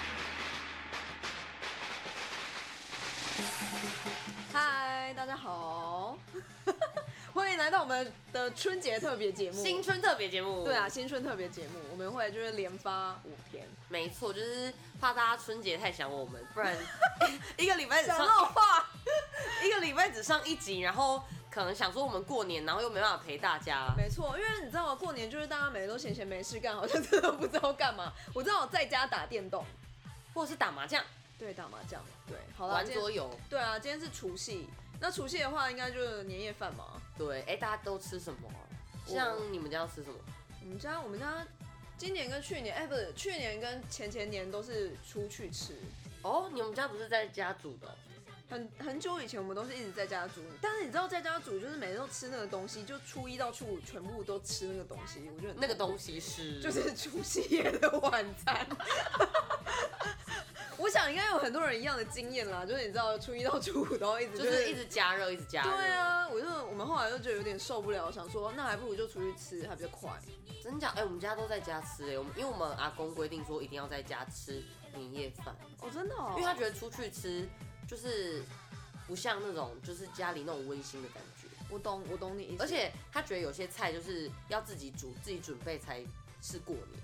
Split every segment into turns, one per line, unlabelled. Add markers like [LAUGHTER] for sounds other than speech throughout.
[LAUGHS]
好，欢迎来到我们的春节特别节目。
新春特别节目，
对啊，，新春特别节目，我们会就是连发五天，
没错，就是怕大家春节太想我们，不然 [LAUGHS] 一个礼拜只
讲
上
漏话。
[LAUGHS] 一个礼拜只上一集，然后可能想说我们过年，然后又没办法陪大家。
没错，因为你知道吗？过年就是大家每天都闲闲没事干，好像真的不知道干嘛。我知道我在家打电动，
或者是打麻将、
对，打麻将，对，好啦，
玩
今
桌
天
游。
对啊，今天是除夕，那除夕的话应该就是年夜饭嘛。
对，哎、大家都吃什么？
我
像你们家要吃什么？
我们家我们家今年跟去年，哎、不是去年跟前前年都是出去吃。
哦，你们家不是在家煮的哦、
很很久以前，我们都是一直在家煮，但是你知道在家煮就是每天都吃那个东西，就初一到初五全部都吃那个东西，我觉得
那个
西。
东西是
就是除夕夜的晚餐。 [LAUGHS] 我想应该有很多人一样的经验啦，就是你知道初一到初五，然后一直、
[LAUGHS] 就是一直加热，一直加热。
对，啊，我就我们后来就觉得有点受不了，想说那还不如就出去吃，还比较快。
真假？哎、我们家都在家吃哎、我们因为我们阿公规定说一定要在家吃年夜饭，
哦，真的、哦
因为他觉得出去吃就是不像那种就是家里那种温馨的感觉，
我懂，我懂你意思。
而且他觉得有些菜就是要自己煮、自己准备才是过年。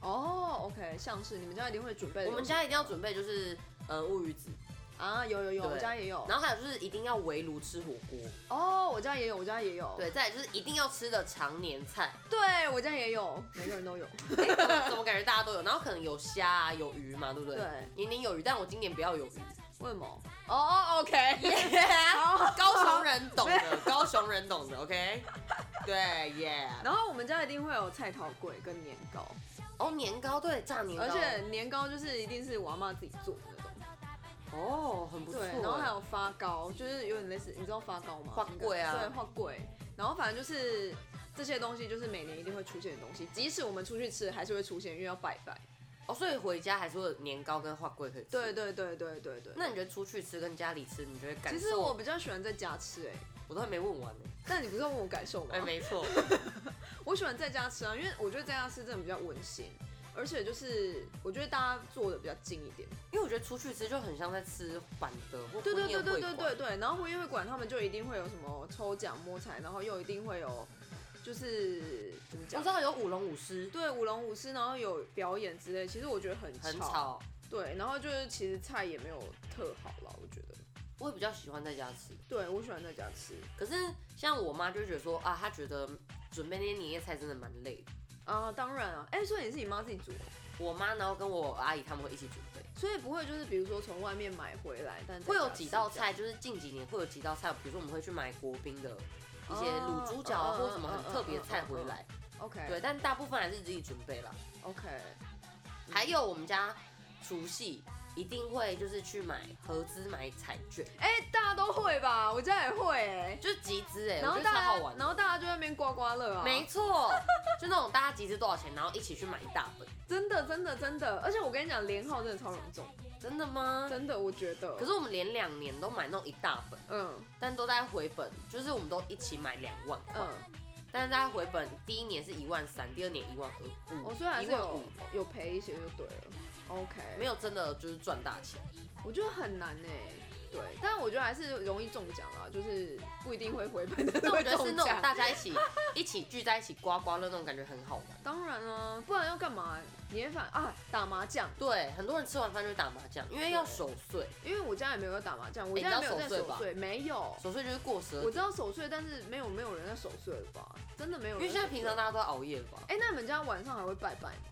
哦，OK，像是你们家一定会准备的东西，
我们家一定要准备就是呃乌鱼子，
啊，有有有，
对
我家也有。
然后还有就是一定要围炉吃火锅，
哦，我家也有，我家也有。
对，再来就是一定要吃的常年菜，
对，我家也有，每个人都有。
哎怎么怎么感觉大家都有？然后可能有虾啊，有鱼嘛，对不对？
对，
年年有余，但我今年不要
[LAUGHS]
有鱼。
为什么？哦，OK，好 [LAUGHS]
高雄人懂的，高雄人懂的，OK？对耶。
然后我们家一定会有菜头粿跟年糕，
哦，年糕对，炸年糕，
而且年糕就是一定是我阿妈自己做的那种。
哦，很不错
对
耶。，
然后还有发糕，就是有点类似，你知道发糕吗？
发粿啊
对，发粿。然后反正就是这些东西，就是每年一定会出现的东西，即使我们出去吃，还是会出现，因为要拜拜。
哦，所以回家还是会有年糕跟花桂可以吃。
对。对对对对对。
那你觉得出去吃跟家里吃，你觉得感
其
受？
实我比较喜欢在家吃、哎，
我都还没问完呢。
但你不是要问我感受吗？
哎，没错，
我喜欢在家吃啊，因为我觉得在家吃真的比较温馨，而且就是我觉得大家做的比较精一点。
[LAUGHS] 因为我觉得出去吃就很像在吃板的或
对对
婚宴
对对
会
对
馆
对对，然后婚宴会馆他们就一定会有什么抽奖摸彩，然后又一定会有就是怎么
我
讲
知？道有舞龙舞狮，
对舞龙舞狮，然后有表演之类，其实我觉得很
很吵。
对，然后就是其实菜也没有特好啦，我觉得。
我也比较喜欢在家吃，
对，我喜欢在家吃
可是像我妈就会觉得说啊，她觉得准备那些年夜菜真的蛮累的。
啊，当然啊，哎、所以你是你妈自己煮，
我妈然后跟我阿姨他们会一起准备。
所以不会就是比如说从外面买回来，但在
会有
家
几
吃
道
这样
菜，就是近几年会有几道菜，比如说我们会去买国宾的一些
哦
卤猪脚啊，
嗯
或者什么
嗯嗯
很特别的菜回来。
，OK，
对，但大部分还是自己准备啦。
OK，嗯
还有我们家除夕一定会就是去买合资买彩券，
哎、大家都会吧？我家也会哎、
就是集资哎，
然
我
后
觉得超
大
好
家，
玩
然
的。
后大家就在那边刮刮乐啊，
没错，就那种大家集资多少钱，然后一起去买一大本。
真的，真的，真的，而且我跟你讲，连号真的超容易中，
真的吗？
真的，我觉得。
嗯可是，我们连两年都买那种一大本，
嗯
但都在回本，就是我们都一起买两万块，
嗯，
但是大家回本第一年是一万三，第二年一万二，五
我虽然
一
是
万
有
五
有赔一些就对了，OK，
没有真的就是赚大
[LAUGHS]
钱。
我觉得很难呢、对，但我觉得还是容易中奖啦，就是不一定会回本的
但
都
我
会
觉得是
中
那
奖
种。大家一起一起聚在一起刮刮乐那种感觉很好玩。
当然啊，不然要干嘛？年夜饭啊，打麻将，
对，很多人吃完饭就打麻将，因为要守岁，
因为我家也没有在打麻将，我
哎你
家也没
知
有
道
在
守岁
守
吧
岁，没有。
守岁就是过十二
我
点，
知道守岁，但是没有没有人在守岁了吧？真的没有
因
人
为
在守岁。
现在平常大家都在熬夜吧？
哎、那你们家晚上还会拜拜吗？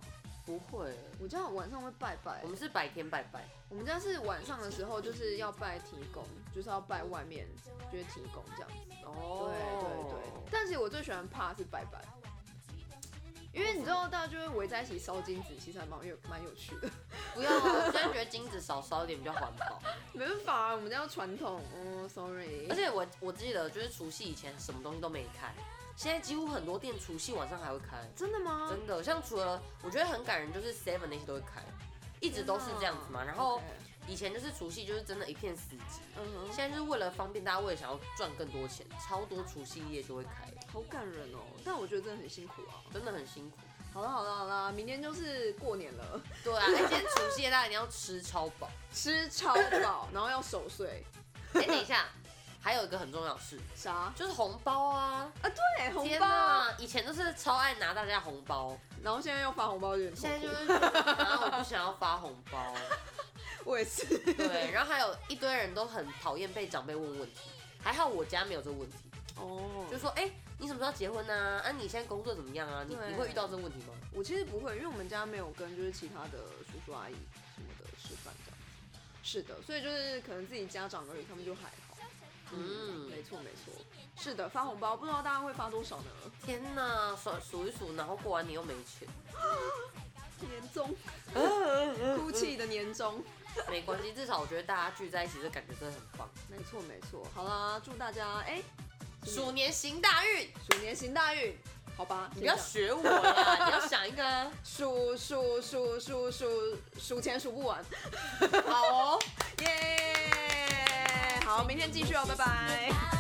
不会，
我家晚上会拜拜
我，们是白天拜拜，
我们家是晚上的时候就是要拜提供，就是要拜外面，就是提供这样子。
哦
对对对，但是我最喜欢怕是拜拜。因为你知道，大家就会围在一起烧金纸，其实还蛮有蛮有趣的。 [LAUGHS]
不要啊！我现在觉得金子少烧一点比较环保，
没办法啊，我们家传统。嗯，sorry。
[LAUGHS] 而且我我记得就是除夕以前什么东西都没开，现在几乎很多店除夕晚上还会开。
真的吗？
[LAUGHS] 真的，像除了我觉得很感人，就是 Seven 那些都会开，一直都是这样子嘛。然后
OK
以前就是除夕就是真的一片死寂，
嗯哼
现，在就是为了方便大家，为了想要赚更多钱，超多除夕夜就会开，
好感人哦。但我觉得真的很辛苦啊。
真的很辛苦。
好了好了好了，明天就是过年了， [LAUGHS]
对 [LAUGHS] 啊，哎、今天除 [LAUGHS] 夕夜大家一定要吃超饱。 [LAUGHS]
吃超饱，然后要守岁。
哎、等一下，还有一个很重要的事，
啥？
就是红包啊！
对，红
天
包。
哪，以前都是超爱拿大家红包，
然后现在要发红包有点
现在
痛苦
就。 [LAUGHS] 是觉得啊，我不想要发红包。
[LAUGHS] 我也
[LAUGHS]
是。
对，然后还有一堆人都很讨厌被长辈问问题，还好我家没有这个问题，
哦
就，说哎、你什么时候结婚啊？啊，你现在工作怎么样啊？你
对
你会遇到这个问题吗？
我其实不会，因为我们家没有跟就是其他的叔叔阿姨什么的吃饭这样子。是的，所以就是可能自己家长而已，他们就还好。嗯，
嗯
没错没错，是的，发红包不知道大家会发多少呢？
天哪，数数一数，然后过完年又没 [LAUGHS] 钱，
年
[LAUGHS]
终，
嗯
哭泣的年终，
没关系，至少我觉得大家聚在一起这感觉真的很棒。
没错没错。好啦，祝大家哎，
鼠年行大运，
鼠年行大运，好吧？
你不要
先
学我啦，你要想一个
这
啊
样数数数数数数钱数不完，
好哦。
[LAUGHS] 耶！好，明天继续哦，拜拜。
拜。